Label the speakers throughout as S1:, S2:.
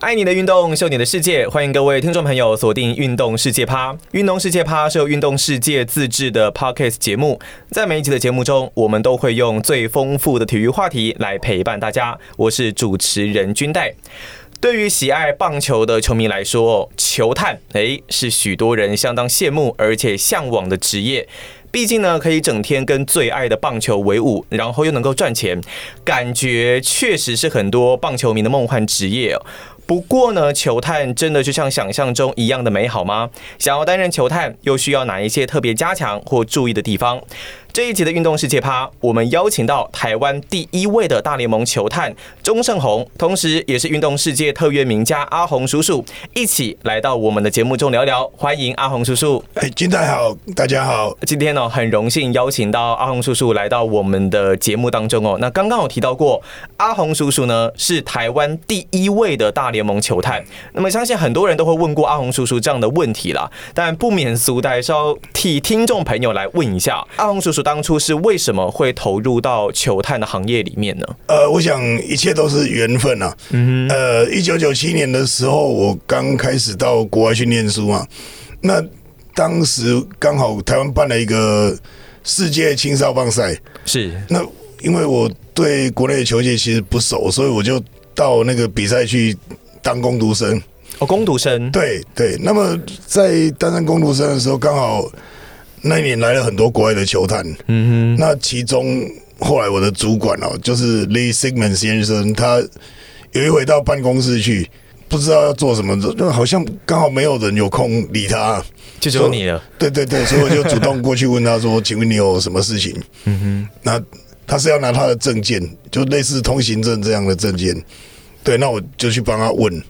S1: 爱你的运动，秀你的世界，欢迎各位听众朋友锁定《运动世界趴》。《运动世界趴》是由《运动世界》自制的 podcast 节目，在每一集的节目中，我们都会用最丰富的体育话题来陪伴大家。我是主持人君代。对于喜爱棒球的球迷来说，球探诶是许多人相当羡慕而且向往的职业。毕竟呢，可以整天跟最爱的棒球为伍，然后又能够赚钱，感觉确实是很多棒球迷的梦幻职业哦。不过呢，球探真的就像想象中一样的美好吗？想要担任球探，又需要哪一些特别加强或注意的地方？这一集的运动世界趴，我们邀请到台湾第一位的大联盟球探钟胜宏，同时也是运动世界特约名家阿红叔叔，一起来到我们的节目中聊聊。欢迎阿红叔叔。
S2: 哎，金太好，大家好。
S1: 今天呢、很荣幸邀请到阿红叔叔来到我们的节目当中哦。那刚刚有提到过，阿红叔叔呢是台湾第一位的大联盟球探。那么相信很多人都会问过阿红叔叔这样的问题啦，但不免俗的还是要替听众朋友来问一下，阿红叔叔当初是为什么会投入到球探的行业里面呢？
S2: 呃，我想一切都是缘分啊。嗯呃，一九九七年的时候，我刚开始到国外去念书嘛，那当时刚好台湾办了一个世界青少棒赛，
S1: 是
S2: 那因为我对国内的球界其实不熟，所以我就到那个比赛去当工读生。
S1: 哦，攻读生，
S2: 对对，那么在担任工读生的时候，刚好那一年来了很多国外的球探，嗯哼，那其中后来我的主管哦，就是 Lee Sigmund 先生，他有一回到办公室去，不知道要做什么，就好像刚好没有人有空理他，
S1: 就只有你了。
S2: 对对对，所以我就主动过去问他说：“请问你有什么事情？”嗯哼，那他是要拿他的证件，就类似通行证这样的证件。对，那我就去帮他问，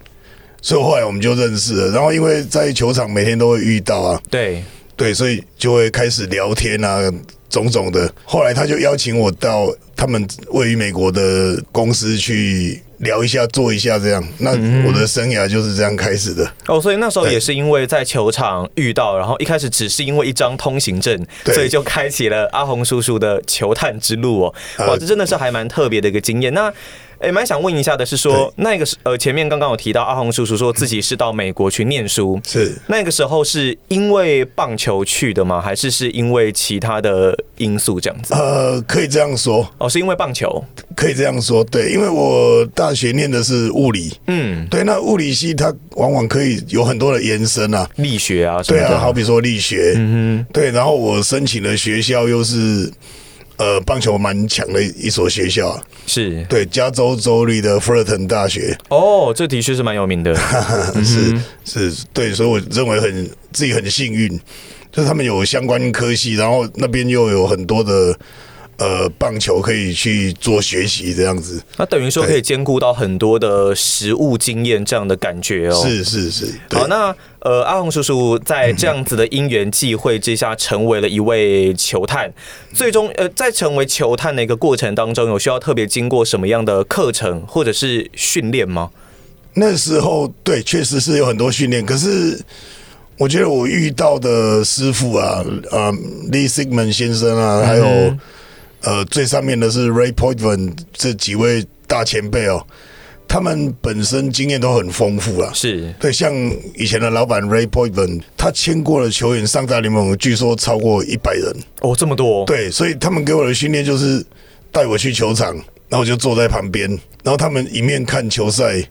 S2: 所以后来我们就认识了。然后因为在球场每天都会遇到啊，
S1: 对，
S2: 对，所以就会开始聊天啊，种种的。后来他就邀请我到他们位于美国的公司去聊一下、做一下这样。那我的生涯就是这样开始的。
S1: 哦，所以那时候
S2: 对
S1: 也是因为在球场遇到，然后一开始只是因为一张通行证，
S2: 对
S1: 所以就开启了阿红叔叔的球探之路哦。哇，
S2: 呃
S1: 这真的是还蛮特别的一个经验。那诶，蛮想问一下的是说，那个是呃，前面刚刚有提到阿红叔叔说自己是到美国去念书，
S2: 是
S1: 那个时候是因为棒球去的吗？还是是因为其他的因素这样子？
S2: 呃，可以这样说。
S1: 哦，是因为棒球，
S2: 可以这样说，对，因为我大学念的是物理，
S1: 嗯，
S2: 对，那物理系它往往可以有很多的延伸啊，
S1: 力学啊什么
S2: 对
S1: 的，
S2: 啊，好比说力学，嗯对，然后我申请的学校又是呃棒球蛮强的一所学校啊，
S1: 是
S2: 对，加州州立的富尔顿大学，
S1: 哦，这的确是蛮有名的，嗯
S2: 是是，对，所以我认为很自己很幸运，就是他们有相关科系，然后那边又有很多的呃棒球可以去做学习这样子，
S1: 那等于说可以兼顾到很多的实物经验这样的感觉哦。。
S2: 是是是，对
S1: 好，那呃，阿红叔叔在这样子的因缘际会之下，成为了一位球探。最终，呃，在成为球探的一个过程当中，有需要特别经过什么样的课程或者是训练吗？
S2: 那时候对，确实是有很多训练，可是我觉得我遇到的师傅啊，啊、l e e Sigmund 先生啊，还有、呃最上面的是 Ray Portman 这几位大前辈哦，他们本身经验都很丰富啊。
S1: 是
S2: 对，像以前的老板 Ray Portman，他签过的球员上大联盟，据说超过一百人。
S1: 哦，这么多，，
S2: 对，所以他们给我的训练就是带我去球场，然后我就坐在旁边，然后他们一面看球赛，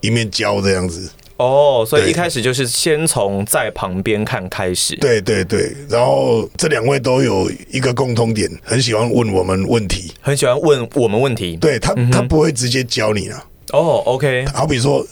S2: 一面教这样子。
S1: 哦，所以
S2: 对
S1: 一开始就是先从在旁边看开始。，
S2: 对对对，然后这两位都有一个共通点，很喜欢问我们问题。
S1: 很喜欢问我们问题。
S2: 对他，他不会直接教你啊。
S1: 哦，OK，
S2: 好比说，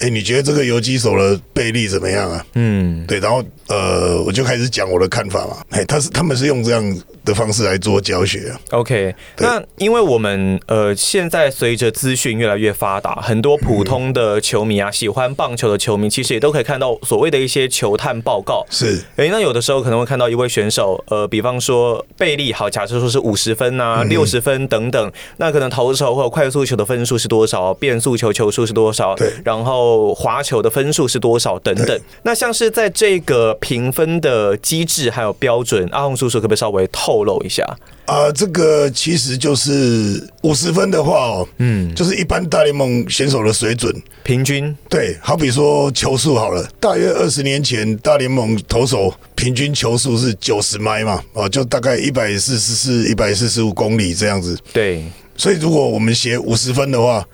S2: 哎，你觉得这个游击手的背力怎么样啊？
S1: 嗯，
S2: 对，然后呃，我就开始讲我的看法嘛。哎，他是他们是用这样的方式来做教学啊。
S1: OK，那因为我们呃，现在随着资讯越来越发达，很多普通的球迷啊，喜欢棒球的球迷，其实也都可以看到所谓的一些球探报告。
S2: 是，
S1: 诶，那有的时候可能会看到一位选手，呃，比方说贝利，好，假设说是五十分呐、六十分等等，那可能投手或者快速球的分数是多少，变速球球数是多少，
S2: 对
S1: 然后后滑球的分数是多少等等。那像是在这个评分的机制还有标准，阿红叔叔可不可以稍微透露一下？
S2: 啊、这个其实就是五十分的话哦，嗯，就是一般大联盟选手的水准。
S1: 平均
S2: 对，好比说球速好了，大约二十年前大联盟投手平均球速是九十迈嘛，哦，就大概一百四十四、一百四十五公里这样子。
S1: 对，
S2: 所以如果我们写五十分的话，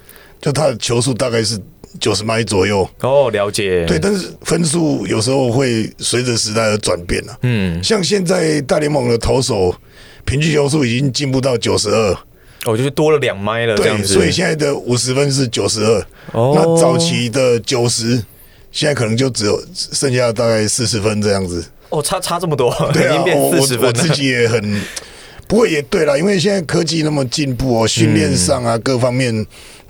S2: 就他的球速大概是九十迈左右。
S1: 哦，了解，
S2: 对，但是分数有时候会随着时代而转变啊。嗯，像现在大联盟的投手平均球速已经进步到九十二，
S1: 我、哦就是多了两麦了这样
S2: 对，
S1: 子。
S2: 所以现在的五十分是九十二，
S1: 哦
S2: 那早期的九十。现在可能就只有剩下大概四十分这样子，
S1: 哦，差差这么多，
S2: 对
S1: 已
S2: 啊
S1: 经，变
S2: 我
S1: 四
S2: 我
S1: 十
S2: 我
S1: 分
S2: 自
S1: 了。
S2: 己也很，不过也对啦，因为现在科技那么进步哦，训练上
S1: 嗯
S2: 啊、各方面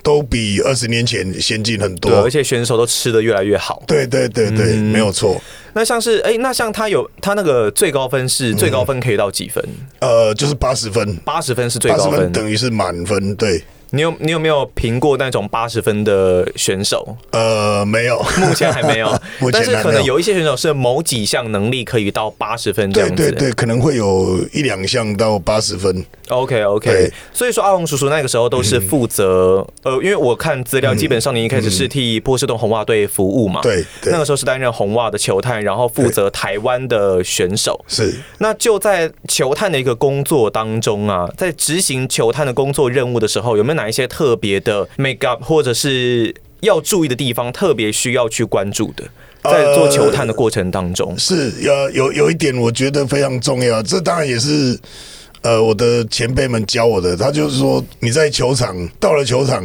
S2: 都比二十年前先进很
S1: 对，啊而
S2: 多。
S1: 且选手都吃的越来越好。
S2: 对对对对，
S1: 嗯
S2: 没有错。
S1: 那像是哎、那像他有他那个最高分是、
S2: 嗯
S1: 最高分可以到几分？
S2: 呃，就是八十分，
S1: 八十分是最
S2: 八十
S1: 高
S2: 分
S1: 分。
S2: 等于是满分，对。
S1: 你有你有没有评过那种八十分的选 手？
S2: 呃，没有，，
S1: 目前还没有
S2: 目前
S1: 但是
S2: 还
S1: 可
S2: 没
S1: 能
S2: 有
S1: 有一些选手是某几项能力可以到八十分这
S2: 对
S1: 样子。
S2: 对对，可能会有一两项到八十分。
S1: OK
S2: 对嗯
S1: OK，所以说阿红叔叔那个时候都是负责、呃，因为我看资料，基本上你一开始是替波士顿红袜队服务嘛，
S2: 对对
S1: 那个时候是担任红袜的球探，然后负责台湾的选手。
S2: 是，
S1: 那就在球探的一个工作当中啊，在执行球探的工作任务的时候，有没有哪一些特别的 make up 或者是要注意的地方，特别需要去关注的？
S2: 呃
S1: 在做球探的过程当中，
S2: 是呃有有一点我觉得非常重要，这当然也是呃我的前辈们教我的。他就是说，你在球场到了球场，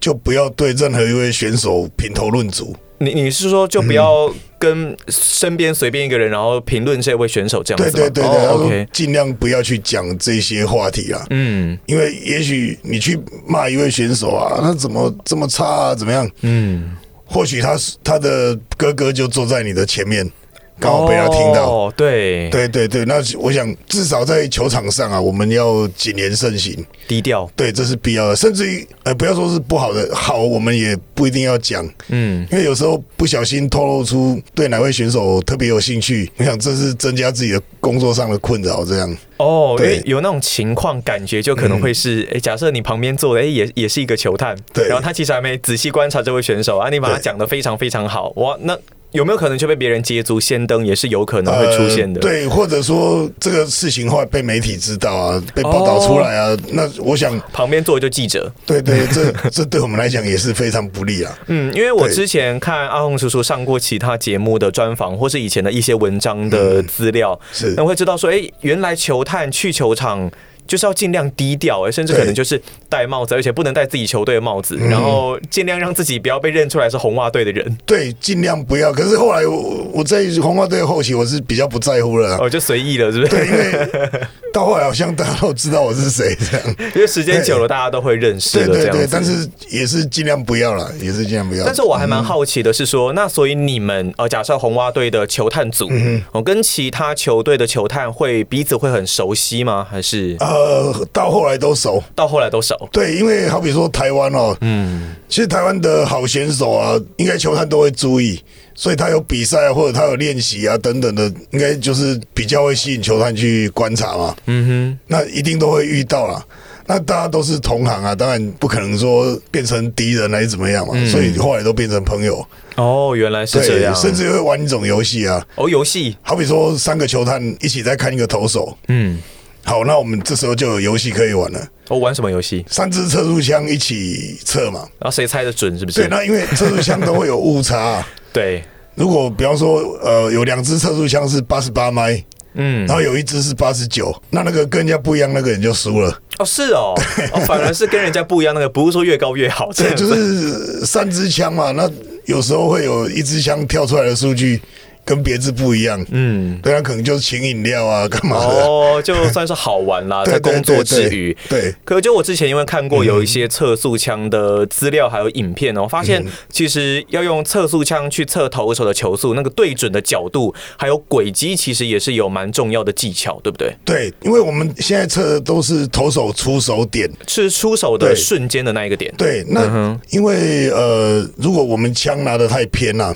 S2: 就不要对任何一位选手评头论足。
S1: 你你是说就不要跟身边随便一个人，然后评论这位选手这样
S2: 对
S1: 子吗？
S2: 对对对，
S1: 哦
S2: 他说
S1: ，OK，
S2: 尽量不要去讲这些话题啊。
S1: 嗯，
S2: 因为也许你去骂一位选手啊，他怎么这么差啊，怎么样？嗯，或许他是他的哥哥就坐在你的前面，刚好被他听到。
S1: 哦，对，
S2: 对对对，那我想至少在球场上啊，我们要谨言慎行，
S1: 低调，
S2: 对，这是必要的。甚至于呃，不要说是不好的，好我们也不一定要讲，
S1: 嗯，
S2: 因为有时候不小心透露出对哪位选手特别有兴趣，我想这是增加自己的工作上的困扰。这样，
S1: 哦，因
S2: 对嗯
S1: 为有那种情况，感觉就可能会是，诶，假设你旁边坐的，诶，也也是一个球探，
S2: 对
S1: 然后他其实还没仔细观察这位选手啊，你把他
S2: 对
S1: 讲的非常非常好，哇，那有没有可能就被别人捷足先登，也是有可能会出现的？
S2: 呃。对，或者说这个事情后来被媒体知道啊，被报道出来啊，那我想，
S1: 旁边坐的就记者，
S2: 对对，这 这对我们来讲也是非常不利啊。
S1: 嗯，因为我
S2: 对
S1: 之前看阿红叔叔上过其他节目的专访，或是以前的一些文章的资料，
S2: 嗯是
S1: 那会知道说，哎、原来球探去球场。就是要尽量低调、哎，甚至可能
S2: 对嗯
S1: 就是戴帽子，而且不能戴自己球队的帽子，然后尽量让自己不要被认出来是红袜队的人，
S2: 对，尽量不要。可是后来我我在红花队后期，我是比较不在乎了啊、
S1: 哦，就随意了，是不
S2: 对，
S1: 是？
S2: 因为到后来好像大家都知道我 是谁这样。
S1: 因为时间久了，大家都会认识
S2: 对
S1: 了，这
S2: 对
S1: 样
S2: 对，
S1: 子。
S2: 但是嗯也是尽量不要了，也是尽量不要。
S1: 但是我还蛮好奇的是说，那所以你们呃，假设红蛙队的球探组，
S2: 嗯
S1: 哦，跟其他球队的球探会彼此会很熟悉吗？还是
S2: 呃，到后来都熟。
S1: 到后来都熟？
S2: 对，因为好比说台湾哦，嗯，其实台湾的好选手啊，应该球探都会注意，所以他有比赛啊，或者他有练习啊等等的，应该就是比较会吸引球探去观察嘛。嗯哼，那一定都会遇到啦。那大家都是同行啊，当然不可能说变成敌人还是怎么样嘛，所以后来都变成朋友，
S1: 哦，原来是这
S2: 对，
S1: 样。
S2: 甚至会玩一种游戏啊，
S1: 哦，游戏
S2: 好比说三个球探一起在看一个投手，
S1: 嗯，
S2: 好，那我们这时候就有游戏可以玩了，
S1: 哦，玩什么游戏？
S2: 三支测速枪一起测嘛，
S1: 然后谁猜的准是不
S2: 对，
S1: 是？
S2: 那因为测速枪都会有误差啊、
S1: 对，
S2: 如果比方说，呃，有两支测速枪是八十八迈，
S1: 嗯，
S2: 然后有一支是八十九，那那个跟人家不一样，那个人就输了。
S1: 哦，是 哦，哦，反而是跟人家不一样，那个不是说越高越好，这
S2: 对，
S1: 样
S2: 就
S1: 子。
S2: 是三支枪嘛，那有时候会有一支枪跳出来的数据跟别致不一样，
S1: 嗯，
S2: 对他可能就是请饮料啊， 干嘛的，
S1: 哦，就算是好玩啦，
S2: 对
S1: 在
S2: 对
S1: 工
S2: 对
S1: 作
S2: 对
S1: 之余。
S2: 对，
S1: 可就我之前因为看过有一些测速枪的资料还有影片
S2: 嗯
S1: 哦，发现其实要用测速枪去测投手的球速，那个对准的角度还有轨迹，其实也是有蛮重要的技巧，对不对？
S2: 对，因为我们现在测的都是投手出手点，
S1: 是出手的
S2: 对
S1: 瞬间的那一个点。
S2: 对，那因为呃，如果我们枪拿得太偏了、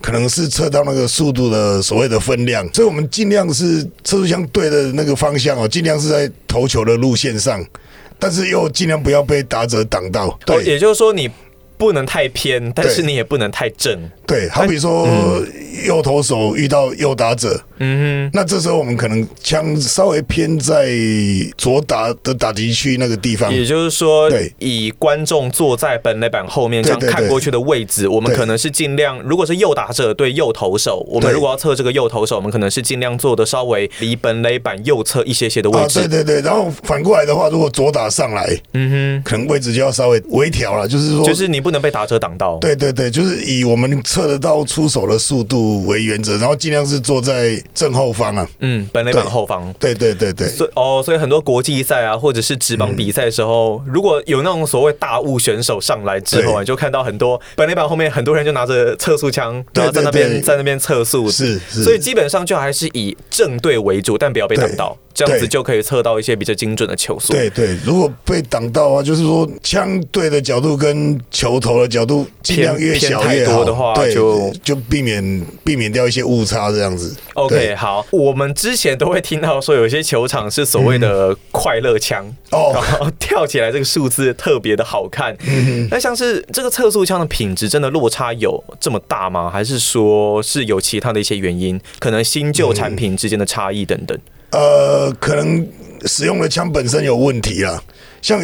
S2: 可能是测到那个速度的所谓的分量，所以我们尽量是测速枪对的那个方向哦，尽量是在投球的路线上，但是又尽量不要被打者挡到。对、
S1: 哦，也就是说你不能太偏，但
S2: 对
S1: 是你也不能太正。
S2: 对，好比说、右投手遇到右打者，
S1: 嗯
S2: 那这时候我们可能枪稍微偏在左打的打击区那个地方
S1: 哼，。也就是说
S2: 嗯对，
S1: 以观众坐在本垒板后面这
S2: 对
S1: 样
S2: 对
S1: 看
S2: 对
S1: 过去的位置，我们
S2: 对
S1: 可能是尽量，如果是右打者对右投手，我们
S2: 对
S1: 如果要测这个右投手，我们可能是尽量做的稍微离本垒板右侧一些些的位
S2: 啊，
S1: 置。
S2: 对对对，然后反过来的话，如果左打上来，
S1: 嗯
S2: 可能位置就要稍微微调了，就是说，
S1: 哼，就是你不能被打者挡到。
S2: 对对对，就是以我们测得到出手的速度为原则，然后尽量是坐在正后方啊。
S1: 嗯，本垒板
S2: 对
S1: 后方。
S2: 对对对对，
S1: 所以哦，所以很多国际赛啊，或者是职棒比赛的时候，如果有那种所谓大物选手上来之后啊，
S2: 嗯对
S1: 你就看到很多本垒板后面很多人就拿着测速枪，
S2: 对
S1: 然后在那边
S2: 对对
S1: 在那边测速，
S2: 是是
S1: 所以基本上就还是以正对为主，但不要被挡到，这
S2: 对
S1: 样子就可以测到一些比较精准的球速。
S2: 对对，如果被挡到的话，就是说枪对的角度跟球头的角度尽量越小
S1: 偏
S2: 越
S1: 偏太
S2: 好，
S1: 多的话
S2: 对，
S1: 就
S2: 就避免避免掉一些误差这样子。
S1: OK，
S2: 对
S1: 好，我们之前都会听到说，有些球场是所谓的快乐枪，
S2: 嗯哦嗯
S1: 然后跳起来这个数字特别的好看。那像是这个测速枪的品质真的落差有这么大吗？还是说是有其他的一些原因，可能新旧产品之间的差异等等？
S2: 呃，可能使用的枪本身有问题啦。像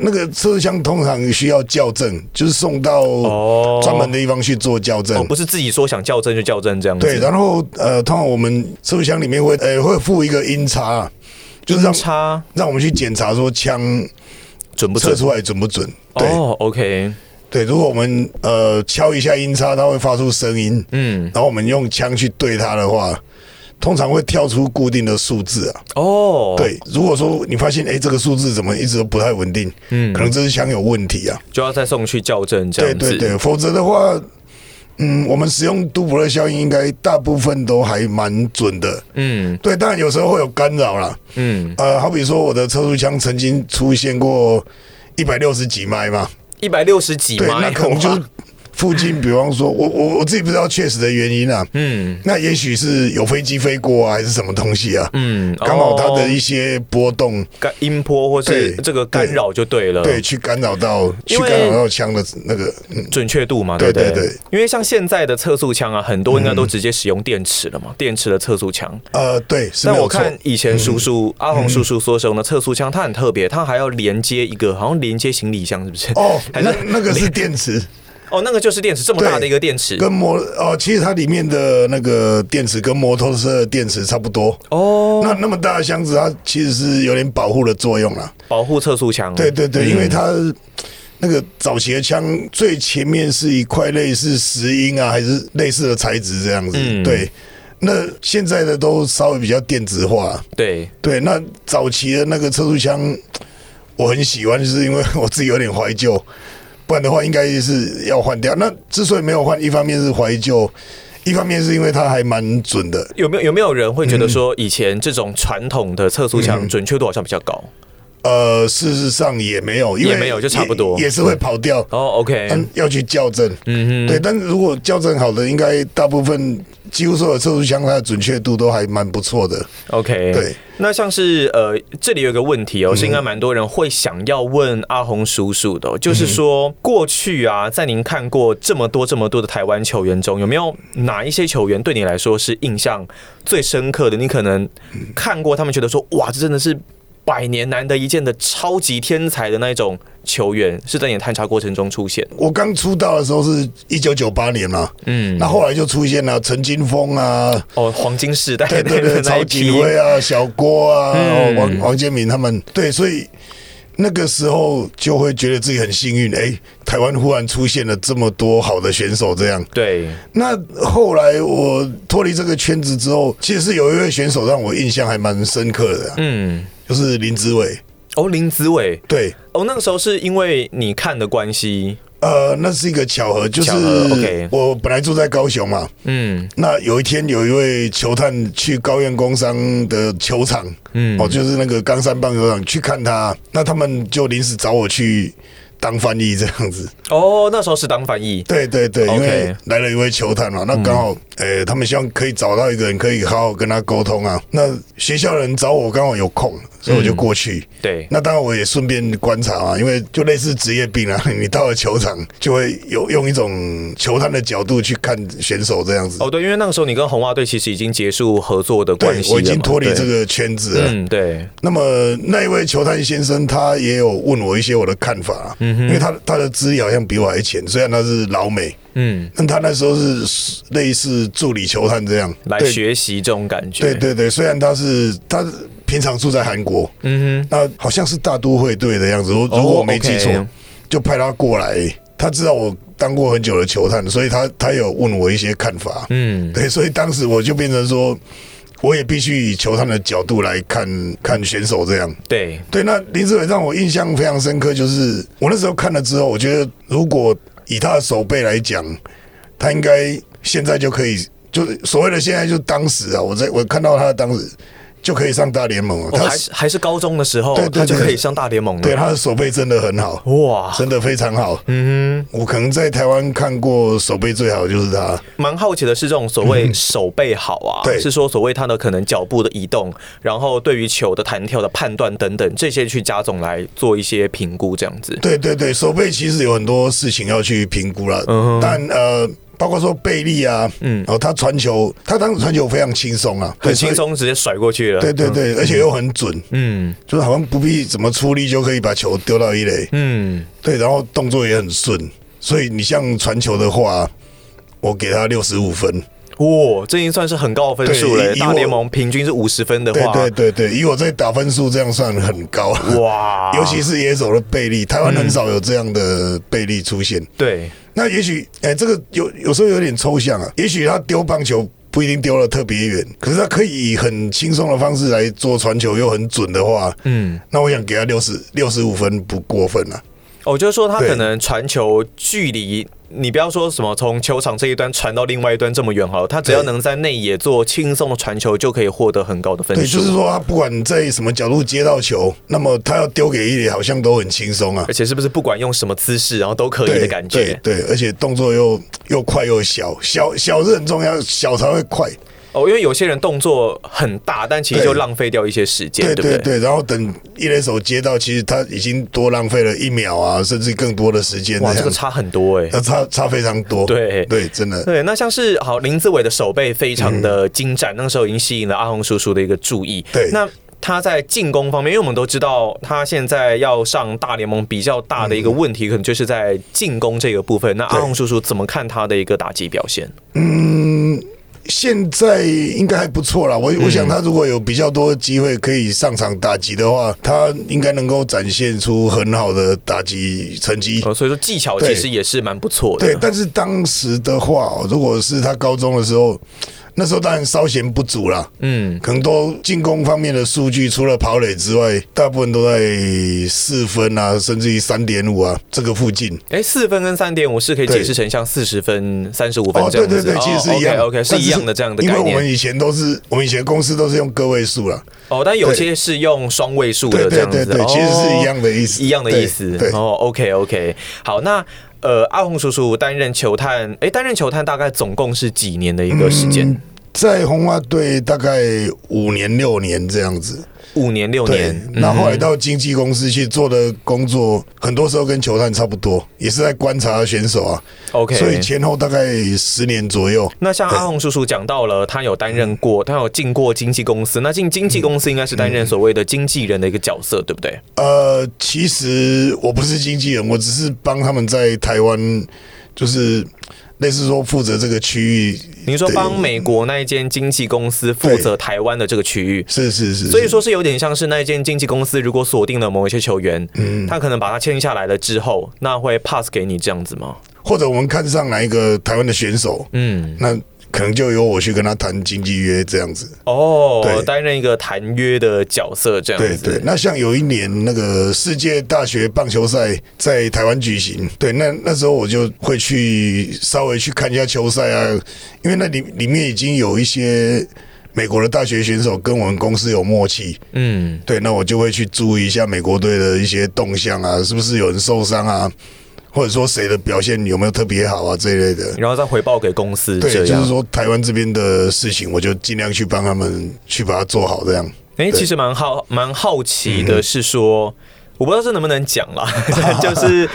S2: 那个测枪通常需要校正，就是送到
S1: 哦
S2: 专门的地方去做校正。
S1: 哦，不是自己说想校正就校正这样子。
S2: 对，然后呃，通常我们测速箱里面会呃会附一个音叉啊，就是让
S1: 差
S2: 让我们去检查说枪
S1: 准不
S2: 测
S1: 准？
S2: 出来准不准。对、
S1: 哦，OK，
S2: 对，如果我们呃敲一下音叉，它会发出声音，
S1: 嗯，
S2: 然后我们用枪去对它的话，通常会跳出固定的数字啊。
S1: 哦，，
S2: 对，如果说你发现哎这个数字怎么一直都不太稳定，
S1: 嗯
S2: 可能这支枪有问题啊。
S1: 就要再送去校正这
S2: 对
S1: 样子。
S2: 对对，否则的话。嗯，我们使用杜伯勒效应应该大部分都还蛮准的，
S1: 嗯
S2: 对，当然有时候会有干扰啦，
S1: 嗯，
S2: 呃，好比说我的测速枪曾经出现过一百六十几迈嘛，
S1: 一百六十几
S2: 对，
S1: 迈，
S2: 那可能就是附近，比方说我我我自己不知道确实的原因啊，
S1: 嗯
S2: 那也许是有飞机飞过啊，还是什么东西啊，
S1: 嗯，
S2: 刚好它的
S1: 哦
S2: 一些波动，
S1: 干音波或是
S2: 对
S1: 这个干扰就对了，
S2: 对，去干扰到
S1: 嗯
S2: 去
S1: 因为
S2: 干扰到枪的那个，嗯，
S1: 准确度嘛，
S2: 对
S1: 不对
S2: 对对
S1: 因为像现在的测速枪啊，很多应该都直接使用电池了嘛，电池的测速枪。
S2: 呃，对，嗯是
S1: 但
S2: 没
S1: 我
S2: 有错，嗯
S1: 看以前叔叔、阿红叔叔所使用的测速枪，它很特别，它还要连接一个，好像连接行李箱，是不是？
S2: 哦，
S1: 还是
S2: 那那个是电池。
S1: 哦，那个就是电池，这么大
S2: 对
S1: 的一个电池。
S2: 跟摩哦，其实它里面的那个电池跟摩托车的电池差不多。
S1: 哦，
S2: 那那么大的箱子，它其实是有点保护的作用啦。
S1: 保护测速枪。
S2: 对对对，
S1: 嗯
S2: 因为它那个早期的枪最前面是一块类似石英啊，还是类似的材质这样子。
S1: 嗯
S2: 对，那现在的都稍微比较电子化。
S1: 对
S2: 对，那早期的那个测速枪，我很喜欢，就是因为我自己有点怀旧，不然的话应该是要换掉。那之所以没有换，一方面是怀旧，一方面是因为它还蛮准的。
S1: 有没有有没有人会觉得
S2: 嗯
S1: 说，以前这种传统的测速枪准确度好像比较高？
S2: 呃，事实上也没有，因为
S1: 也没有就差不多
S2: 也也是会跑掉。
S1: 哦，OK，
S2: 嗯，要去校正，
S1: 嗯
S2: 对，但是如果校正好的，应该大部分几乎所有测速枪它的准确度都还蛮不错的。
S1: OK，
S2: 对，嗯
S1: 那像是呃，这里有一个问题哦，是应该蛮多人会想要问阿红叔叔的哦、就是说过去啊，在您看过这么多这么多的台湾球员中，有没有哪一些球员对你来说是印象最深刻的？你可能呃看过他们觉得说，哇，这真的是百年难得一见的超级天才的那一种球员，是在你的探查过程中出现。
S2: 我刚出道的时候是一九九八年嘛，
S1: 嗯，
S2: 那后来就出现了陈金峰啊，
S1: 哦，黄金时代
S2: 对
S1: 的
S2: 对对，
S1: 那
S2: 曹
S1: 一批
S2: 景，辉啊、小郭啊、
S1: 嗯
S2: 王王建民他们，对，所以那个时候就会觉得自己很幸运，哎、台湾忽然出现了这么多好的选手，这样。
S1: 对，
S2: 那后来我脱离这个圈子之后，其实是有一位选手让我印象还蛮深刻的啊、
S1: 嗯，
S2: 就是林子伟。
S1: 哦，林子伟，
S2: 对，
S1: 哦，那个时候是因为你看的关系，
S2: 呃，那是一个巧合，就是
S1: 巧合，OK
S2: 我本来住在高雄嘛，
S1: 嗯
S2: 那有一天有一位球探去高院工商的球场，
S1: 嗯
S2: 哦，就是那个冈山棒球场去看他，那他们就临时找我去当翻译这样子。
S1: 哦，那时候是当翻译，
S2: 对对对，因
S1: OK 嗯
S2: 为来了一位球探嘛，那刚好，诶、他们希望可以找到一个人可以好好跟他沟通啊。那学校的人找我刚好有空，所以
S1: 嗯
S2: 我就过去。
S1: 对，
S2: 那当然，我也顺便观察啊，因为就类似职业病啊， 你到了球场就会有用一种球探的角度去看选手这样子。
S1: 哦对，因为那个时候你跟红袜队其实已经结束合作的
S2: 对
S1: 关系，了
S2: 我
S1: 嘛，
S2: 已经脱离
S1: 对
S2: 这，个圈子了。
S1: 嗯，对，
S2: 那么那一位球探先生，他也有问我一些我的看法、啊，
S1: 嗯
S2: 因为他他的资历好像比我还浅，虽然他是老美，
S1: 嗯，
S2: 但他那时候是类似助理球探这样
S1: 来
S2: 对
S1: 学习这种感觉，
S2: 对对对，虽然他是他平常住在韩国，
S1: 嗯
S2: 那好像是大都会队的样子，如
S1: 哦
S2: 如果我没记错
S1: OK
S2: 就派他过来。他知道我当过很久的球探，所以他他有问我一些看法。
S1: 嗯
S2: 对，所以当时我就变成说，我也必须以球探的角度来看看选手这样。
S1: 哼，对，
S2: 对，那林志伟让我印象非常深刻，就是我那时候看了之后，我觉得如果以他的手背来讲，他应该现在就可以，就是所谓的现在，就当时啊，我在我看到他的当时就可以上大联盟了。
S1: 哦，
S2: 他
S1: 还是还是高中的时候，
S2: 对对
S1: 他就
S2: 对
S1: 可以上大联盟了，
S2: 对他的手背真的很好，
S1: 哇，
S2: 真的非常好。
S1: 嗯
S2: 我可能在台湾看过手背最好就是他。
S1: 哼，蛮好奇的是，这种所谓手背好啊，
S2: 嗯对
S1: 是说所谓他的可能脚步的移动，然后对于球的弹跳的判断等等，这些去加总来做一些评估，这样子。
S2: 对对对，手背其实有很多事情要去评估了，
S1: 嗯哼
S2: 但呃。包括说贝利啊，嗯，然后他传球，他当时传球非常轻松啊，
S1: 很
S2: 对所
S1: 轻
S2: 以
S1: 松，直接甩过去了。
S2: 对对对，而且又很准，
S1: 嗯
S2: 就是好像不必怎么出力就可以把球丢到一垒。
S1: 嗯，
S2: 对，然后动作也很顺，所以你像传球的话，我给他六十五分。
S1: 哇，这已经算是很高的分数了。
S2: 对以以我
S1: 大联盟平均是五十分的
S2: 对
S1: 话，
S2: 对对对，以我这打分数这样算很高。
S1: 哇， 嗯
S2: 尤其是野手的贝利，台湾很少有这样的贝利出现。
S1: 对
S2: 那也许，哎、这个有有时候有点抽象啊。也许他丢棒球不一定丢得特别远，可是他可以以很轻松的方式来做传球，又很准的话，
S1: 嗯，
S2: 那我想给他六十六十五分不过分啊。
S1: 哦，就是说他
S2: 对
S1: 可能传球距离。你不要说什么从球场这一端传到另外一端这么远好了，他只要
S2: 对
S1: 能在内野做轻松的传球，就可以获得很高的分
S2: 对，
S1: 数，
S2: 就是说他不管在什么角度接到球，那么他要丢给一垒好像都很轻松啊
S1: 而。且是不是不管用什么姿势，然后都可以
S2: 对
S1: 的感觉？
S2: 对对，而且动作又又快又小，小小是很重要，小才会快。
S1: 哦，因为有些人动作很大，但其实
S2: 对
S1: 就浪费掉一些时间，
S2: 对
S1: 对不
S2: 对对，然后等一垒手接到，其实他已经多浪费了一秒啊，甚至更多的时间。
S1: 哇，
S2: 这
S1: 这
S2: 样
S1: 个差很多哎、
S2: 那差差非常多。
S1: 对
S2: 对，真的。
S1: 对，那像是好林志伟的手背非常的精湛，那个时候已经吸引了阿红叔叔的一个注意。
S2: 对
S1: 那。他在进攻方面，因为我们都知道他现在要上大联盟，比较大的一个问题可能就是在进攻这个部分。那阿
S2: 对
S1: 红叔叔怎么看他的一个打击表现？
S2: 现在应该还不错啦，
S1: 嗯
S2: 我我想他如果有比较多机会可以上场打击的话，他应该能够展现出很好的打击成绩。
S1: 呃，所以说技巧
S2: 对
S1: 其实也是蛮不错的。
S2: 对，但是当时的话哦，如果是他高中的时候，那时候当然稍显不足啦，
S1: 嗯，
S2: 可能都进攻方面的数据，除了跑垒之外，大部分都在四分啊，甚至于三点五啊这个附近。
S1: 哎，四分跟三点五是可以
S2: 对
S1: 解释成像四十分、三十五分
S2: 哦，
S1: 这
S2: 对
S1: 样子。
S2: 对对，其实是一样
S1: o k OK，是
S2: 但
S1: 一样的这样的
S2: 因为
S1: 概
S2: 我们
S1: 念。
S2: 以前都是，我们以前公司都是用个位数啦。
S1: 哦，但有些是用双位数的
S2: 对
S1: 这
S2: 对
S1: 样
S2: 对
S1: 子，
S2: 对，其实是一
S1: 哦
S2: 样的意思，
S1: 一样的意思
S2: 对。对，
S1: 哦，OK OK，好，那呃，阿红叔叔担任球探，诶，担任球探大概总共是几年的一个时间？
S2: 嗯在红袜队大概五年六年这样子。
S1: 五年六
S2: 对
S1: 年，。嗯
S2: 那后来到经纪公司去做的工作，很多时候跟球探差不多，也是在观察选手啊。
S1: OK，
S2: 所以前后大概十年左右。
S1: 那像阿红叔叔讲到了，他有担任过，他有进过经纪公司。那进经纪公司应该是担
S2: 嗯
S1: 任所谓的经纪人的一个角色，对不对？
S2: 呃，其实我不是经纪人，我只是帮他们在台湾就是类似说负责这个区域的。
S1: 您说帮美国那一间经纪公司负责
S2: 对
S1: 台湾的这个区域，
S2: 是是是，
S1: 所以说是有点像是那一间经纪公司，如果锁定了某一些球员，
S2: 嗯
S1: 他可能把他签下来了之后，那会 pass 给你这样子吗？
S2: 或者我们看上哪一个台湾的选手，
S1: 嗯，
S2: 那可能就由我去跟他谈经纪约这样子。
S1: 哦
S2: 对，
S1: 担任一个谈约的角色这样
S2: 对
S1: 子。
S2: 对，那像有一年那个世界大学棒球赛在台湾举行，对，那那时候我就会去稍微去看一下球赛啊，因为那里里面已经有一些美国的大学选手跟我们公司有默契，
S1: 嗯，
S2: 对，那我就会去注意一下美国队的一些动向啊，是不是有人受伤啊，或者说谁的表现有没有特别好啊这一类的。
S1: 然后再回报给公司
S2: 对，
S1: 这
S2: 就是
S1: 样。
S2: 说台湾这边的事情，我就尽量去帮他们去把它做好，这样。
S1: 哎、其实蛮好蛮好奇的是
S2: 嗯
S1: 说，我不知道这能不能讲啦， 就是。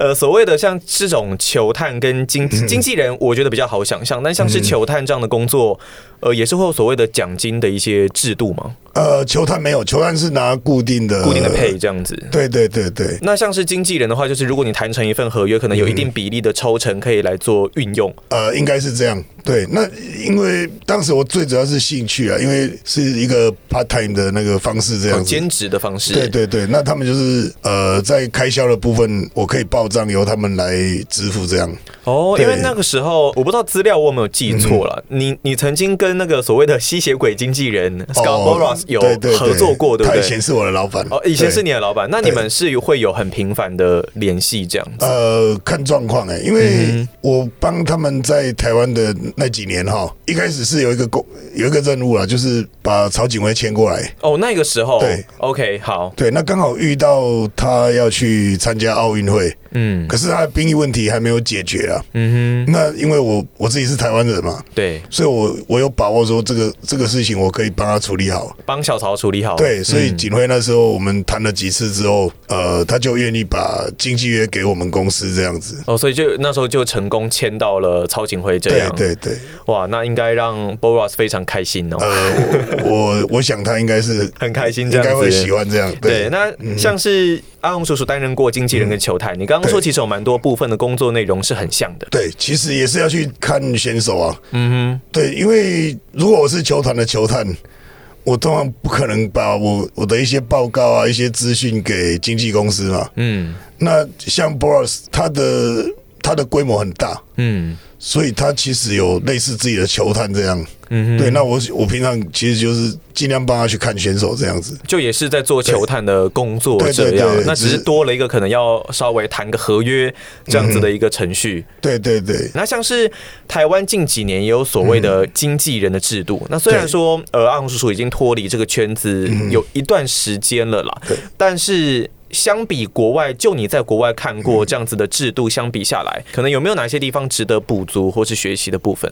S1: 呃，所谓的像这种球探跟
S2: 嗯
S1: 经经纪人，我觉得比较好想象。但像是球探这样的工作，呃，也是会有所谓的奖金的一些制度嘛，
S2: 呃，球探没有，球探是拿固定的
S1: 固定的配这样子。
S2: 对对对对，
S1: 那像是经纪人的话，就是如果你谈成一份合约，可能有一定比例的抽成可以来做运用。
S2: 呃，应该是这样。对，那因为当时我最主要是兴趣啊，因为是一个 part time 的那个方式这样
S1: 哦
S2: 子。
S1: 兼职的方式。
S2: 嗯对对对，那他们就是呃，在开销的部分，我可以报账由他们来支付这样。
S1: 哦，因
S2: 对嗯
S1: 为那个时候我不知道资料我有没有记错了，你你曾经跟那个所谓的吸血鬼经纪人 Scott Boras 有
S2: 哦对对对
S1: 合作过，对不
S2: 他
S1: 对？
S2: 以前是我的老板。
S1: 哦，以前是
S2: 对
S1: 你的老板，那你们是会有很频繁的联系这样子。
S2: 呃，看状况哎，因
S1: 嗯
S2: 为我帮他们在台湾的那几年哈，一开始是有一个工有一个任务啦，就是把曹景威签过来。
S1: 哦，那个时候
S2: 对
S1: ，OK，好，
S2: 对，那刚好遇到他要去参加奥运会，
S1: 嗯
S2: 可是他的兵役问题还没有解决啊。
S1: 嗯
S2: 那因为我我自己是台湾人嘛，
S1: 哼，对，
S2: 所以我我有把握说这个这个事情我可以帮他处理好。
S1: 帮小曹处理好。
S2: 对，所以锦辉那时候我们谈了几次之后，呃，他就愿意把经纪约给我们公司这样子。
S1: 哦，所以就那时候就成功签到了曹景辉这
S2: 对
S1: 样。
S2: 对对，
S1: 哇，那应该让 Boras 非常开心哦。
S2: 呃，我我 我想他应该是
S1: 很开心这样
S2: 应
S1: 子
S2: 该会喜欢这样。
S1: 对，那
S2: 嗯
S1: 像是阿红叔叔担任过经纪人跟球探，你刚刚说
S2: 对
S1: 其实有蛮多部分的工作内容是很像的。
S2: 对，其实也是要去看选手啊。
S1: 嗯
S2: 对，因为如果我是球团的球探，我通常不可能把我我的一些报告啊、一些资讯给经纪公司嘛。
S1: 哼，嗯
S2: 那像 Boris，他的他的规模很大，
S1: 嗯
S2: 所以他其实有类似自己的球探这样。
S1: 嗯
S2: 对，那我我平常其实就是尽量帮他去看选手这样子。
S1: 哼，就也是在做球探的工作
S2: 对
S1: 这
S2: 对对
S1: 样
S2: 对，
S1: 那只
S2: 只
S1: 是
S2: 是
S1: 多了一个可能要稍微谈个合约这样子
S2: 嗯
S1: 的一个程序。
S2: 对对对，
S1: 那像是台湾近几年也有所谓的经纪人的制度，那虽然
S2: 嗯对嗯
S1: 说呃阿红叔叔已经脱离这个圈子有一段时间了啦，
S2: 对
S1: 但是。相比国外，就你在国外看
S2: 嗯
S1: 过这样子的制度，相比下来，可能有没有哪些地方值得补足或是学习的部分？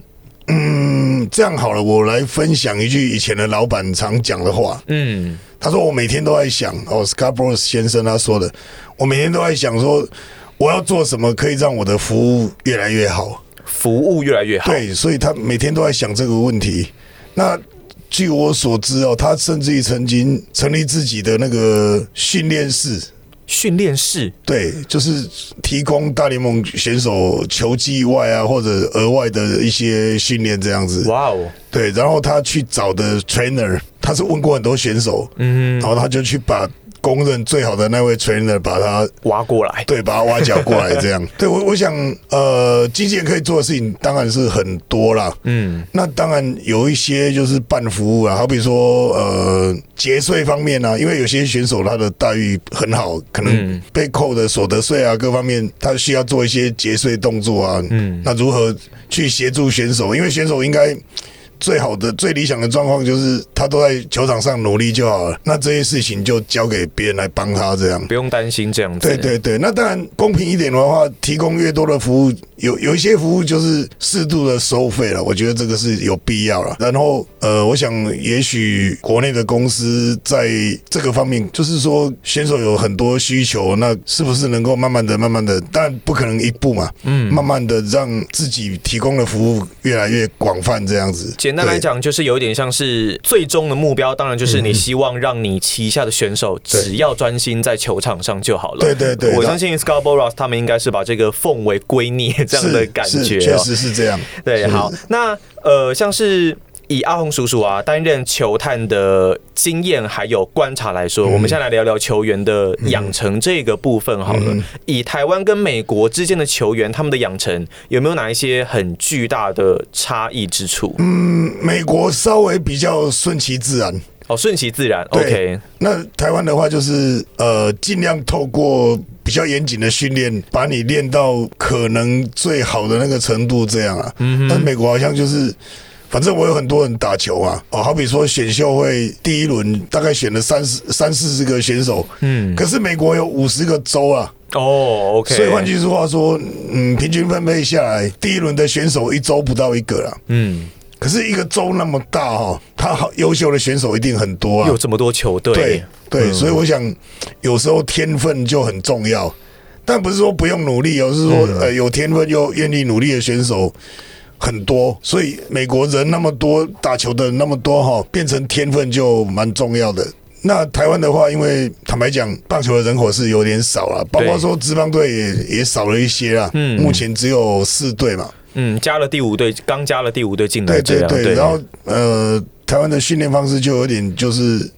S2: 嗯，这样好了，我来分享一句以前的老板常讲的话。
S1: 嗯，
S2: 他说我每天都在想，哦，Scarborough 先生他说的，我每天都在想说，我要做什么可以让我的服务越来越好。
S1: 服务越来越好。
S2: 对，所以他每天都在想这个问题。那据我所知哦，他甚至于曾经成立自己的那个训练室，
S1: 训练室
S2: 对，就是提供大联盟选手球技外啊，或者额外的一些训练这样子。
S1: 哇哦，
S2: 对，然后他去找的 trainer，他是问过很多选手，嗯，然后他就去把公认最好的那位 trainer 把他
S1: 挖过来，
S2: 对，把他挖角过来，这样。 对我，我想，呃，经纪人可以做的事情当然是很多啦。
S1: 嗯，
S2: 那当然有一些就是办服务啊，好比说呃节税方面啊，因为有些选手他的待遇很好，可能嗯被扣的所得税啊各方面，他需要做一些节税动作啊。嗯，那如何去协助选手？因为选手应该。最好的、最理想的状况就是他都在球场上努力就好了，那这些事情就交给别人来帮他这样。
S1: 不用担心这样子。
S2: 对对对，那当然公平一点的话，提供越多的服务，有有一些服务就是适度的收费了，我觉得这个是有必要了。然后呃，我想也许国内的公司在这个方面，就是说选手有很多需求，那是不是能够慢慢的、慢慢的，但不可能一步嘛，嗯，慢慢的让自己提供的服务越来越广泛这样子。
S1: 简单来
S2: 对
S1: 讲，就是有点像是最终的目标，当然
S2: 嗯
S1: 就是你希望让你旗下的选手只要专心在球场上就好了。
S2: 对对对
S1: 我
S2: 那
S1: 相信 Scarborough 他们应该是把这个奉为圭臬，这样的感
S2: 是
S1: 觉、
S2: 是
S1: 哦，
S2: 确实是这样。
S1: 对，
S2: 是
S1: 好，那呃，像是以阿红叔叔啊担任球探的经验还有观察来
S2: 嗯
S1: 说，我们先来聊聊球员的养成这个部分好
S2: 嗯
S1: 了。以台湾跟美国之间的球员，他们的养成有没有哪一些很巨大的差异之处？
S2: 嗯美国稍微比较顺其自然。
S1: 哦，顺其自然
S2: 对
S1: ，OK，
S2: 那台湾的话就是呃，尽量透过比较严谨的训练，把你练到可能最好的那个程度，这样啊。嗯、但美国好像就是。反正我有很多人打球嘛，哦，好比说选秀会第一轮大概选了三十三四十个选手，嗯，可是美国有五十个州啊，
S1: 哦，OK，
S2: 所以换句话说，嗯，平均分配下来，第一轮的选手一周不到一个啦。
S1: 嗯，
S2: 可是一个州那么大哦，他好优秀的选手一定很多啊。
S1: 有这么多球队，
S2: 对嗯对，所以我想有时候天分就很重要，但不是说不用努力哦，而是说、呃有天分又愿意努力的选手很多，所以美国人那么多，打球的人那么多哈、变成天分就蛮重要的。那台湾的话，因为坦白讲，棒球的人口是有点少了，包括
S1: 对
S2: 说职棒队也也少了一些啦。嗯，目前只有四队嘛。
S1: 嗯，加了第五队，刚加了第五队进来，
S2: 对
S1: 这
S2: 对
S1: 样，
S2: 对，然后呃，台湾的训练方式就有点就是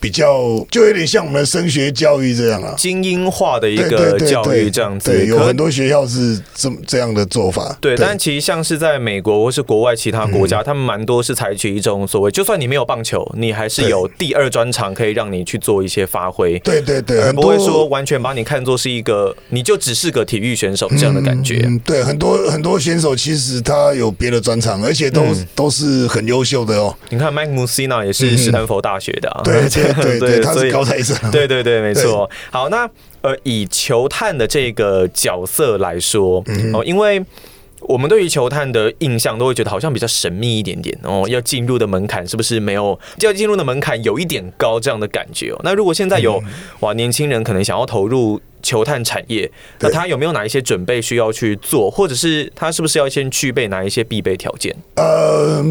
S2: 比较，就有点像我们的升学教育这样啊。
S1: 精英化的一
S2: 对
S1: 个
S2: 对对
S1: 教育
S2: 对，
S1: 这样子，
S2: 对，有
S1: 可
S2: 很多学校是这么这样的做法。
S1: 对，但其实像是在美国或是国外其他国
S2: 嗯
S1: 家，他们蛮多是采取一种所谓，就算你没有棒球，你还是有第二专长可以让你去做一些发挥，
S2: 对对对，
S1: 而
S2: 很
S1: 不
S2: 多
S1: 会说完全把你看作是一个，你就只是个体育选手这样的感觉。
S2: 嗯，对，很多很多选手其实他有别的专长，而且都、
S1: 嗯
S2: 都是很优秀的 哦。
S1: 你看，Mike Musina 也是斯坦福大学的、啊
S2: 嗯对对 对对，他
S1: 所
S2: 是
S1: 以
S2: 高材生。啊
S1: 对对对，没错。好，那呃，以球探的这个角色来说，
S2: 嗯
S1: 哦，因为。我们对于球探的印象都会觉得好像比较神秘一点点哦，要进入的门槛是不是没有要进入的门槛有一点高这样的感觉哦？那如果现在
S2: 嗯
S1: 有、哇年轻人可能想要投入球探产业，那他有没有哪一些准备需要去做，或者是他是不是要先具备哪一些必备条件？
S2: 呃，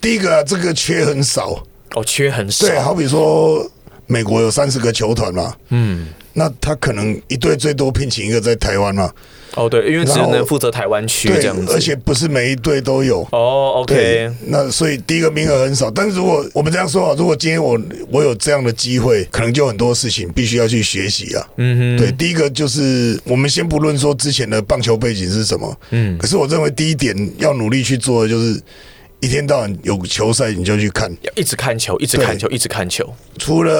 S2: 第一个、啊、这个缺很少，
S1: 哦，缺很少，
S2: 对，好比说美国有三十个球团嘛，嗯，那他可能一队最多聘请一个在台湾嘛，
S1: 哦对，因为只
S2: 然后
S1: 能负责台湾区
S2: 对
S1: 这样，子，
S2: 而且不是每一队都有。
S1: 哦，OK，
S2: 对，那所以第一个名额很少，但是如果我们这样说啊，如果今天我我有这样的机会，可能就很多事情必须要去学习啊。嗯哼，对，第一个就是我们先不论说之前的棒球背景是什么，嗯，可是我认为第一点要努力去做的就是，一天到晚有球赛你就去看，
S1: 要一直看球，一直
S2: 对
S1: 看球，一直看球。
S2: 除了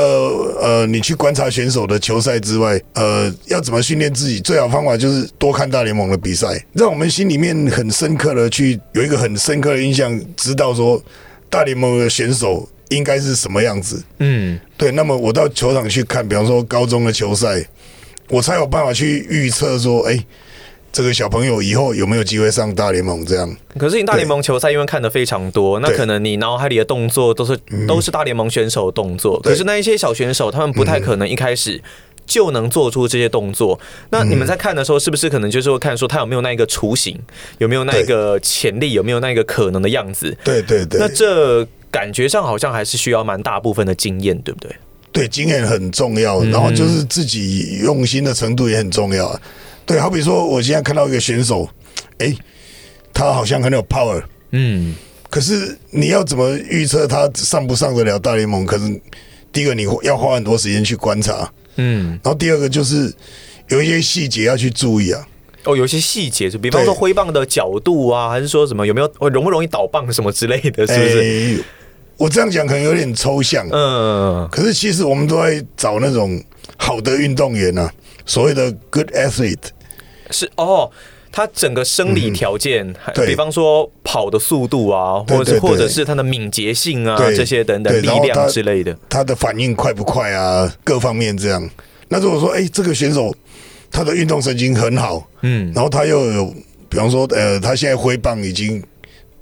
S2: 呃，你去观察选手的球赛之外，呃，要怎么训练自己？最好方法就是多看大联盟的比赛，让我们心里面很深刻的去有一个很深刻的印象，知道说大联盟的选手应该是什么样子。
S1: 嗯，
S2: 对，那么我到球场去看，比方说高中的球赛，我才有办法去预测说，哎、这个小朋友以后有没有机会上大联盟？这样，
S1: 可是你大联盟球赛因为看的非常多，那
S2: 对嗯
S1: 可能你脑海里的动作都是都是大联盟选手的动作，可是那一些小选手他们不太可能一开始。就能做出这些动作。那你们在看的时候，是不是可能就是会看说他有没有那一个雏形，有没有那一个潜力，有没有那一个可能的样子？
S2: 对对对。
S1: 那这感觉上好像还是需要蛮大部分的经验，对不对？
S2: 对，经验很重要，然后就是
S1: 嗯
S2: 自己用心的程度也很重要啊。对，好比说我现在看到一个选手，诶，他好像很有 power，
S1: 嗯，
S2: 可是你要怎么预测他上不上得了大联盟？可是第一个你要花很多时间去观察，
S1: 嗯，
S2: 然后第二个就是有一些细节要去注意啊。
S1: 哦，有一些细节，就比方说
S2: 对
S1: 挥棒的角度啊，还是说什么有没有哦容不容易倒棒什么之类的，是不是？
S2: 诶我这样讲可能有点抽象，
S1: 嗯，
S2: 可是其实我们都在找那种好的运动员啊，所谓的 good athlete。
S1: 是哦。他整个生理条件，还
S2: 嗯对
S1: 比方说跑的速度啊，
S2: 对
S1: 或者是
S2: 对对
S1: 或者是他的敏捷性啊，
S2: 对
S1: 这些等等
S2: 对
S1: 力
S2: 然后
S1: 量
S2: 他
S1: 之类的。
S2: 他的反应快不快啊，各方面这样。那如果说，哎、这个选手他的运动神经很好，
S1: 嗯，
S2: 然后他又有，比方说，呃，他现在挥棒已经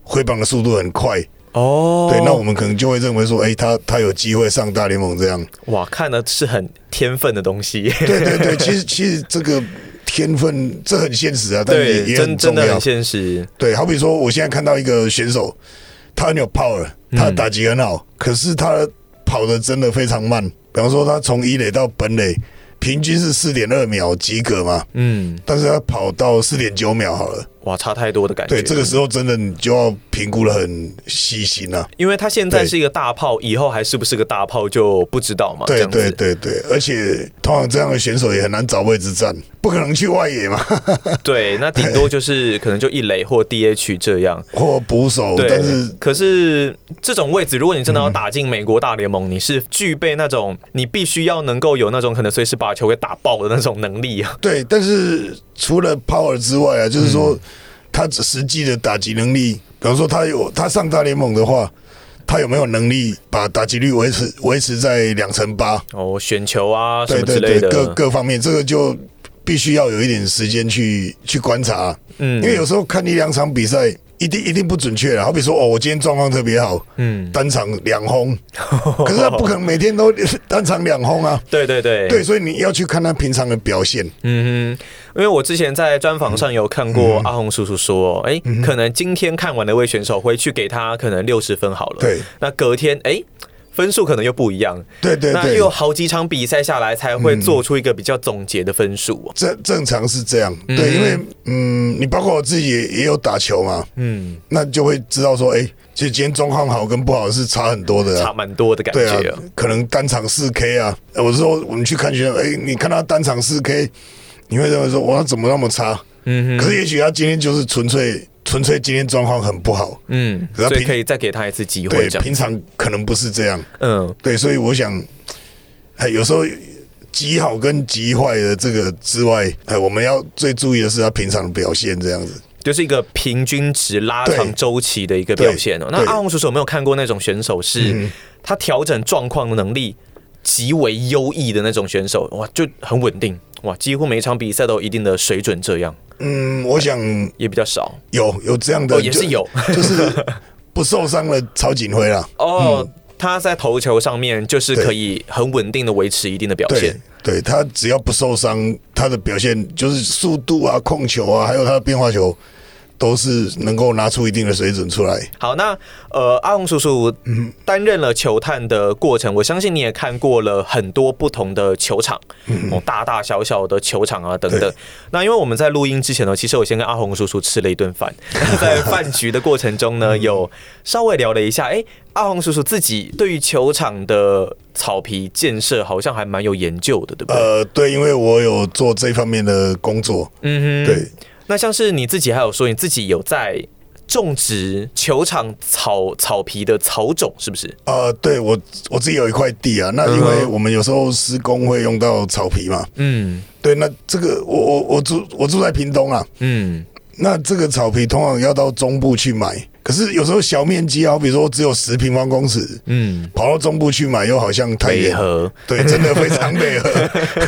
S2: 挥棒的速度很快，
S1: 哦，
S2: 对，那我们可能就会认为说，哎、他他有机会上大联盟这样。
S1: 哇，看的是很天分的东西。
S2: 对对对，其实其实这个天分这很现实 啊，但也也
S1: 真
S2: 很
S1: 真
S2: 重
S1: 的
S2: 要
S1: 很。现实。
S2: 对，好比说，我现在看到一个选手，他很有 power，他
S1: 嗯
S2: 打击很好，可是他跑的真的非常慢。比方说，他从一垒到本垒，平均是四点二秒及格嘛，
S1: 嗯，
S2: 但是他跑到四点九秒好了。
S1: 哇，差太多的感觉。
S2: 对，这个时候真的你就要评估的很细心啊了、
S1: 因为他现在
S2: 对
S1: 是一个大炮，以后还是不是个大炮就不知道嘛。这
S2: 对
S1: 样子
S2: 对对对，而且通常这样的选手也很难找位置站，不可能去外野嘛，
S1: 对，那顶多就是可能就一垒或 DH 这样。
S2: 或捕手。
S1: 对
S2: 但是，
S1: 可是这种位置，如果你真的要打进美国大联盟，你是具备那种你必须要能够有那种可能随时把球给打爆的那种能力啊。
S2: 对，但是除了 power 之外啊，就是
S1: 嗯
S2: 说他实际的打击能力，比方说他有他上大联盟的话，他有没有能力把打击率维持维持在两成八？
S1: 哦，选球啊什
S2: 嗯对
S1: 么之
S2: 对
S1: 类的，
S2: 对，各各方面，这个就必须要有一点时间去去观察，
S1: 嗯
S2: 因为有时候看一两场比赛，一定一定不准确了。好比说，哦，我今天状况特别好，
S1: 嗯，
S2: 单场两 轰，可是他不可能每天都单场两轰啊。
S1: 对对对
S2: 对，所以你要去看他平常的表现。
S1: 嗯哼，因为我之前在专访上有看过
S2: 嗯
S1: 阿红叔叔说，哎、可能今天看完的位选手回去给他可能六十分好了，
S2: 对，
S1: 那隔天哎。分数可能又不一样，
S2: 对对
S1: 那
S2: 对
S1: 又有好几场比赛下来才会做出一个比较总结的分数哦、
S2: 正正常是这样，对，因为嗯，你包括我自己也也有打球嘛，
S1: 嗯，
S2: 那就会知道说，哎、其实今天状况好跟不好是差很多的、
S1: 嗯
S2: 啊，
S1: 差蛮多的感
S2: 对啊
S1: 觉哦、，
S2: 可能单场四 K 啊，呃我说我们去看学生，哎、你看他单场四 K，你会认为说哇怎么那么差？
S1: 嗯
S2: 可是也许他今天就是纯粹纯粹今天状况很不好，
S1: 嗯，
S2: 可是他
S1: 所以
S2: 平
S1: 可以再给他一次机会，
S2: 啊对，
S1: 这
S2: 平
S1: 样，
S2: 常可能不是这样，
S1: 嗯，
S2: 对，所以我想，哎，有时候极好跟极坏的这个之外，哎，我们要最注意的是他平常的表现这样子。
S1: 就是一个平均值拉长
S2: 对
S1: 周期的一个表现哦、那
S2: 对对嗯
S1: 阿红叔叔有没有看过那种选手是他调整状况的能力极为优异的那种选手？哇，就很稳定，哇，几乎每一场比赛都有一定的水准，这样
S2: 嗯，我想
S1: 也比较少
S2: 有有这样的，
S1: 哦，也是有
S2: 就，就是不受伤的曹锦辉啦。
S1: 哦。
S2: 嗯
S1: 他在投球上面就是可以很稳定的维持一定的表
S2: 对
S1: 现，
S2: 对，他只要不受伤，他的表现就是速度啊、控球啊，还有他的变化球，都是能够拿出一定的水准出来。
S1: 好，那呃，阿红叔叔担任了球探的过程，我相信你也看过了很多不同的球场，哦，大大小小的球场啊等等
S2: 嗯对。
S1: 那因为我们在录音之前呢，其实我先跟阿红叔叔吃了一顿饭，在饭局的过程中
S2: 嗯
S1: 呢，有稍微聊了一下，哎、阿红叔叔自己对于球场的草皮建设好像还蛮有研究的，对不对？
S2: 呃，对，因为我有做这方面的工作，
S1: 嗯哼，
S2: 对，
S1: 那像是你自己还有说你自己有在。种植球场草草皮的草种是不是？
S2: 呃，对我我自己有一块地啊，那因为我们有时候施工会用到草皮嘛，
S1: 嗯
S2: 对，那这个我我我住我住在屏东啊，
S1: 嗯，
S2: 那这个草皮通常要到中部去买，可是有时候小面积啊，比如说只有十平方公尺，
S1: 嗯，
S2: 跑到中部去买又好像太
S1: 北
S2: 远，
S1: 河。
S2: 对，真的非常 美合，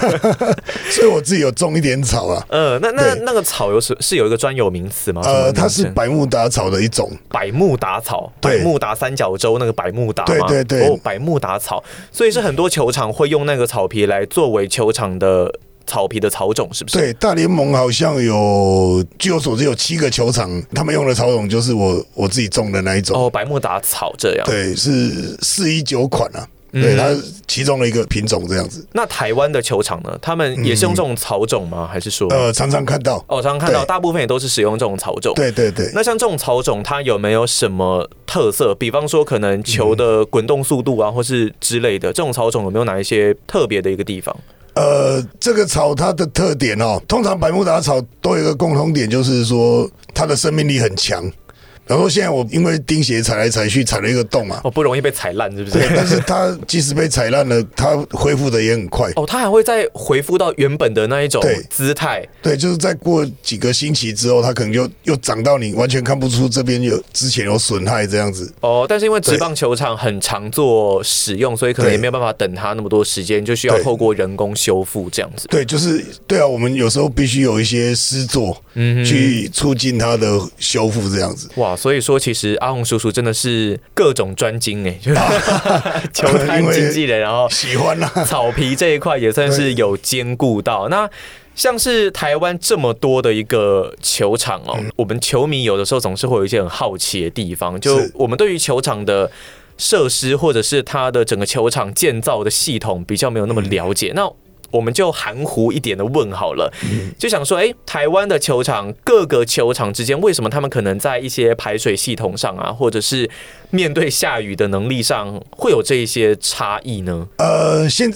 S2: 所以我自己有种一点草啊，
S1: 呃，那那
S2: 对
S1: 那个草有是是有一个专有名词吗？什么
S2: 呃，
S1: 名
S2: 它
S1: 称
S2: 是百慕达草的一种，
S1: 百慕达草，百
S2: 对
S1: 慕达三角洲那个百慕达吗？
S2: 对对对
S1: 哦，百慕达草，所以是很多球场会用那个草皮来作为球场的草皮的草种，是不是？
S2: 对，大联盟好像有，据我所知有七个球场，他们用的草种就是我我自己种的那一种。
S1: 哦，百慕达草这样。
S2: 对，是四一九款啊，
S1: 嗯
S2: 对，它是其中的一个品种这样子。
S1: 那台湾的球场呢？他们也是用这种草种吗？还是说？
S2: 嗯呃，常常看到，
S1: 嗯哦，常常看到
S2: 对
S1: 大部分也都是使用这种草种。
S2: 对对对，
S1: 那像这种草种，它有没有什么特色？比方说，可能球的滚动速度啊，或是之类的，这种草种有没有哪一些特别的一个地方？
S2: 呃，这个草它的特点哦，通常百慕达草都有一个共同点，就是说它的生命力很强。然后现在我因为钉鞋踩来踩去踩了一个洞嘛，
S1: 哦，不容易被踩烂，是不
S2: 对，
S1: 是？
S2: 但是它即使被踩烂了，它恢复的也很快。
S1: 哦，它还会再回复到原本的那一种
S2: 对
S1: 姿态。
S2: 对，就是再过几个星期之后，它可能就又长到你完全看不出这边有之前有损害这样子。
S1: 哦，但是因为
S2: 对
S1: 直棒球场很常做使用，所以可能
S2: 对
S1: 也没有办法等它那么多时间，就需要
S2: 对
S1: 透过人工修复这样子。
S2: 对，就是对啊，我们有时候必须有一些诗作，嗯，去促进它的修复这样子。
S1: 哇，所以说其实阿红叔叔真的是各种专精哎、 就是球探
S2: 因为
S1: 经纪人，然后
S2: 喜欢啦、
S1: 草皮这一块也算是有兼顾到。那像是台湾这么多的一个球场哦，我们球迷有的时候总是会有一些很好奇的地方，就是我们对于球场的。设施或者是它的整个球场建造的系统比较没有那么了解，那我们就含糊一点的问好了，就想说，哎、台湾的球场各个球场之间，为什么他们可能在一些排水系统上啊，或者是面对下雨的能力上，会有这一些差异呢？
S2: 呃，现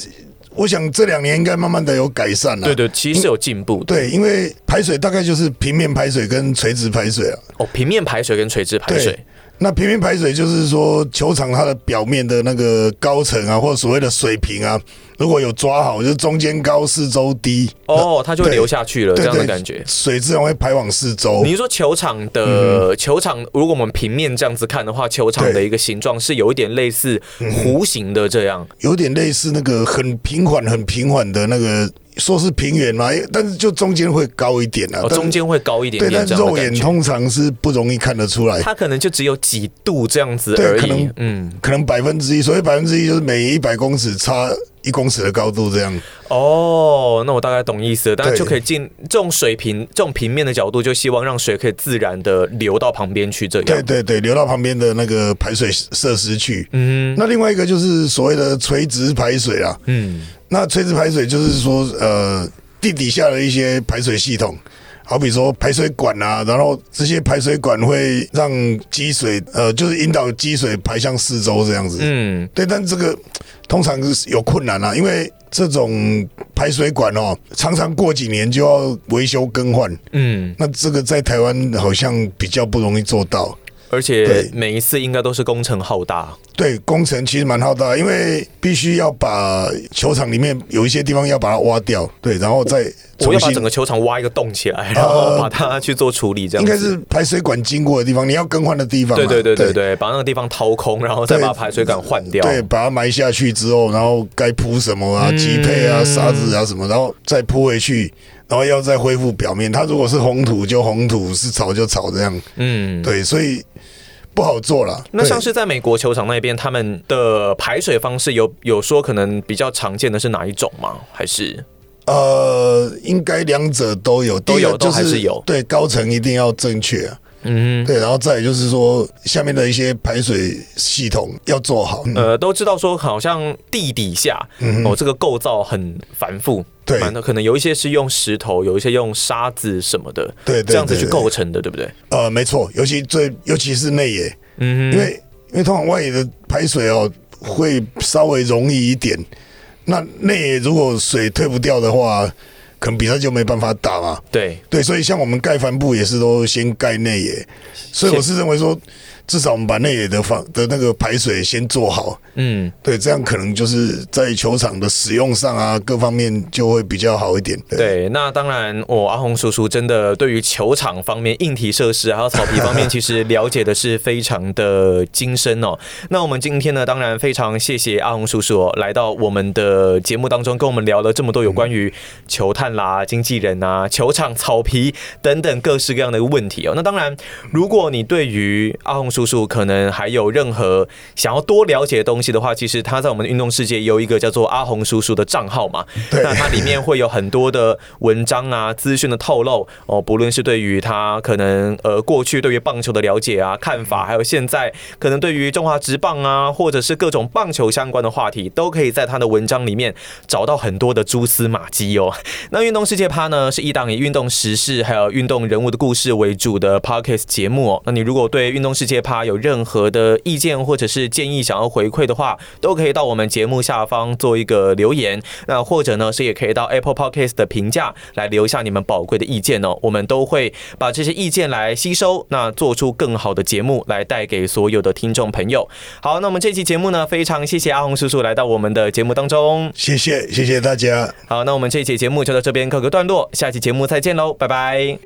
S2: 我想这两年应该慢慢的有改善了、
S1: 对对，其实是有进步的。
S2: 对，因为排水大概就是平面排水跟垂直排水啊。
S1: 哦，平面排水跟垂直排
S2: 对
S1: 水，
S2: 那平面排水就是说，球场它的表面的那个高层啊，或者所谓的水平啊，如果有抓好，就是中间高，四周低，
S1: 哦，它就会
S2: 对
S1: 流下去了，这
S2: 对
S1: 样的
S2: 对，哦
S1: 感觉。
S2: 水自然会排往四周
S1: 你。是说球场的、球场，如果我们平面这样子看的话，球场的
S2: 嗯对嗯
S1: 一个形状是有一点类似弧形的这样。
S2: 有点类似那个很平缓、很平缓的那个，说是平原嘛，哎但是就中间会高一点啊。
S1: 哦，
S2: 但是
S1: 中间会高一点
S2: 对，
S1: 点
S2: 但
S1: 这样的
S2: 肉
S1: 感
S2: 眼
S1: 觉，
S2: 通常是不容易看得出来，
S1: 它可能就只有几度这样子
S2: 对
S1: 而
S2: 可
S1: 已
S2: 能。
S1: 嗯，
S2: 可能百分之一，所以百分之一就是每一百公尺差一公尺的高度这样。
S1: 哦，那我大概懂意思了，但
S2: 对
S1: 就可以进这种水平、这种平面的角度，就希望让水可以自然的流到旁边去，这
S2: 对
S1: 样。
S2: 对对，流到旁边的那个排水设施去。
S1: 嗯
S2: 那另外一个就是所谓的垂直排水啊，
S1: 嗯，
S2: 那垂直排水就是说，呃，地底下的一些排水系统，好比说排水管啊，然后这些排水管会让积水，呃，就是引导积水排向四周这样子。
S1: 嗯，
S2: 对，但这个通常是有困难啊，因为这种排水管哦，常常过几年就要维修更换，
S1: 嗯，
S2: 那这个在台湾好像比较不容易做到。
S1: 而
S2: 对
S1: 且每一次应该都是工程浩大。
S2: 对，工程其实蛮浩大，因为必须要把球场里面有一些地方要把它挖掉，对，然后再
S1: 我
S2: 重
S1: 要把
S2: 新呃
S1: 整。个球场挖一个洞起来，然后把它去做处理，这样子
S2: 应该是排水管经过的地方，你要更换的地方嘛。
S1: 对对对对对，把那个地方掏空，然后再把排水管换掉。
S2: 对，把它埋下去之后，然后该铺什么啊，基配啊、沙子啊什么，然后再铺回去，然后要再恢复表面。它如果是红土就红土，是草就草这样。
S1: 嗯，
S2: 对，所以不好做了。
S1: 那
S2: 对
S1: 像是在美国球场那边，他们的排水方式有有说可能比较常见的是哪一种吗？还是
S2: 呃，应该两者都有，
S1: 都有
S2: 第一个就
S1: 都还是有
S2: 对，高层一定要正确、啊。
S1: 嗯
S2: 对，然后再来就是说，下面的一些排水系统要做好。嗯
S1: 呃都知道说好像地底下、哦这个构造很繁复，
S2: 对
S1: 蛮多可能有一些是用石头，有一些用沙子什么的，
S2: 对对
S1: 这样子
S2: 对
S1: 去
S2: 对
S1: 构成的，对不对？
S2: 呃，没错，尤其最尤其是内野，
S1: 嗯
S2: 因为因为通常外野的排水哦会稍微容易一点，那内野如果水退不掉的话，可能比赛就没办法打嘛。
S1: 对，
S2: 对，所以像我们盖帆布也是都先盖内野，所以我是认为说，至少我们把内野的防的那个排水先做好，
S1: 嗯。
S2: 对，这样可能就是在球场的使用上啊，各方面就会比较好一点。对
S1: 对，那当然，我、阿红叔叔真的对于球场方面、硬体设施还有草皮方面，其实了解的是非常的精深哦。 那我们今天呢，当然非常谢谢阿红叔叔、哦、来到我们的节目当中，跟我们聊了这么多有关于球探啦、经纪人啊、球场、草皮等等各式各样的问题哦。那当然，如果你对于阿红叔叔可能还有任何想要多了解的东西的话，其实他在我们的运动世界有一个叫做阿红叔叔的账号嘛，
S2: 对
S1: 那它里面会有很多的文章啊、资讯的透露哦，不论是对于他可能呃过去对于棒球的了解啊、看法，还有现在可能对于中华职棒啊，或者是各种棒球相关的话题，都可以在他的文章里面找到很多的蛛丝马迹哦。那运动世界趴呢，是一档以运动时事还有运动人物的故事为主的 podcast 节目哦。那你如果对运动世界趴有任何的意见或者是建议想要回馈的话，都可以到我们节目下方做一个留言。那或者呢，是也可以到 Apple Podcast 的评价来留下你们宝贵的意见哦。我们都会把这些意见来吸收，那做出更好的节目来带给所有的听众朋友。好，那我们这期节目呢，非常谢谢阿红叔叔来到我们的节目当中。
S2: 谢谢谢谢大家。
S1: 好，那我们这一期节目就到这边告个段落，下期节目再见喽，拜拜。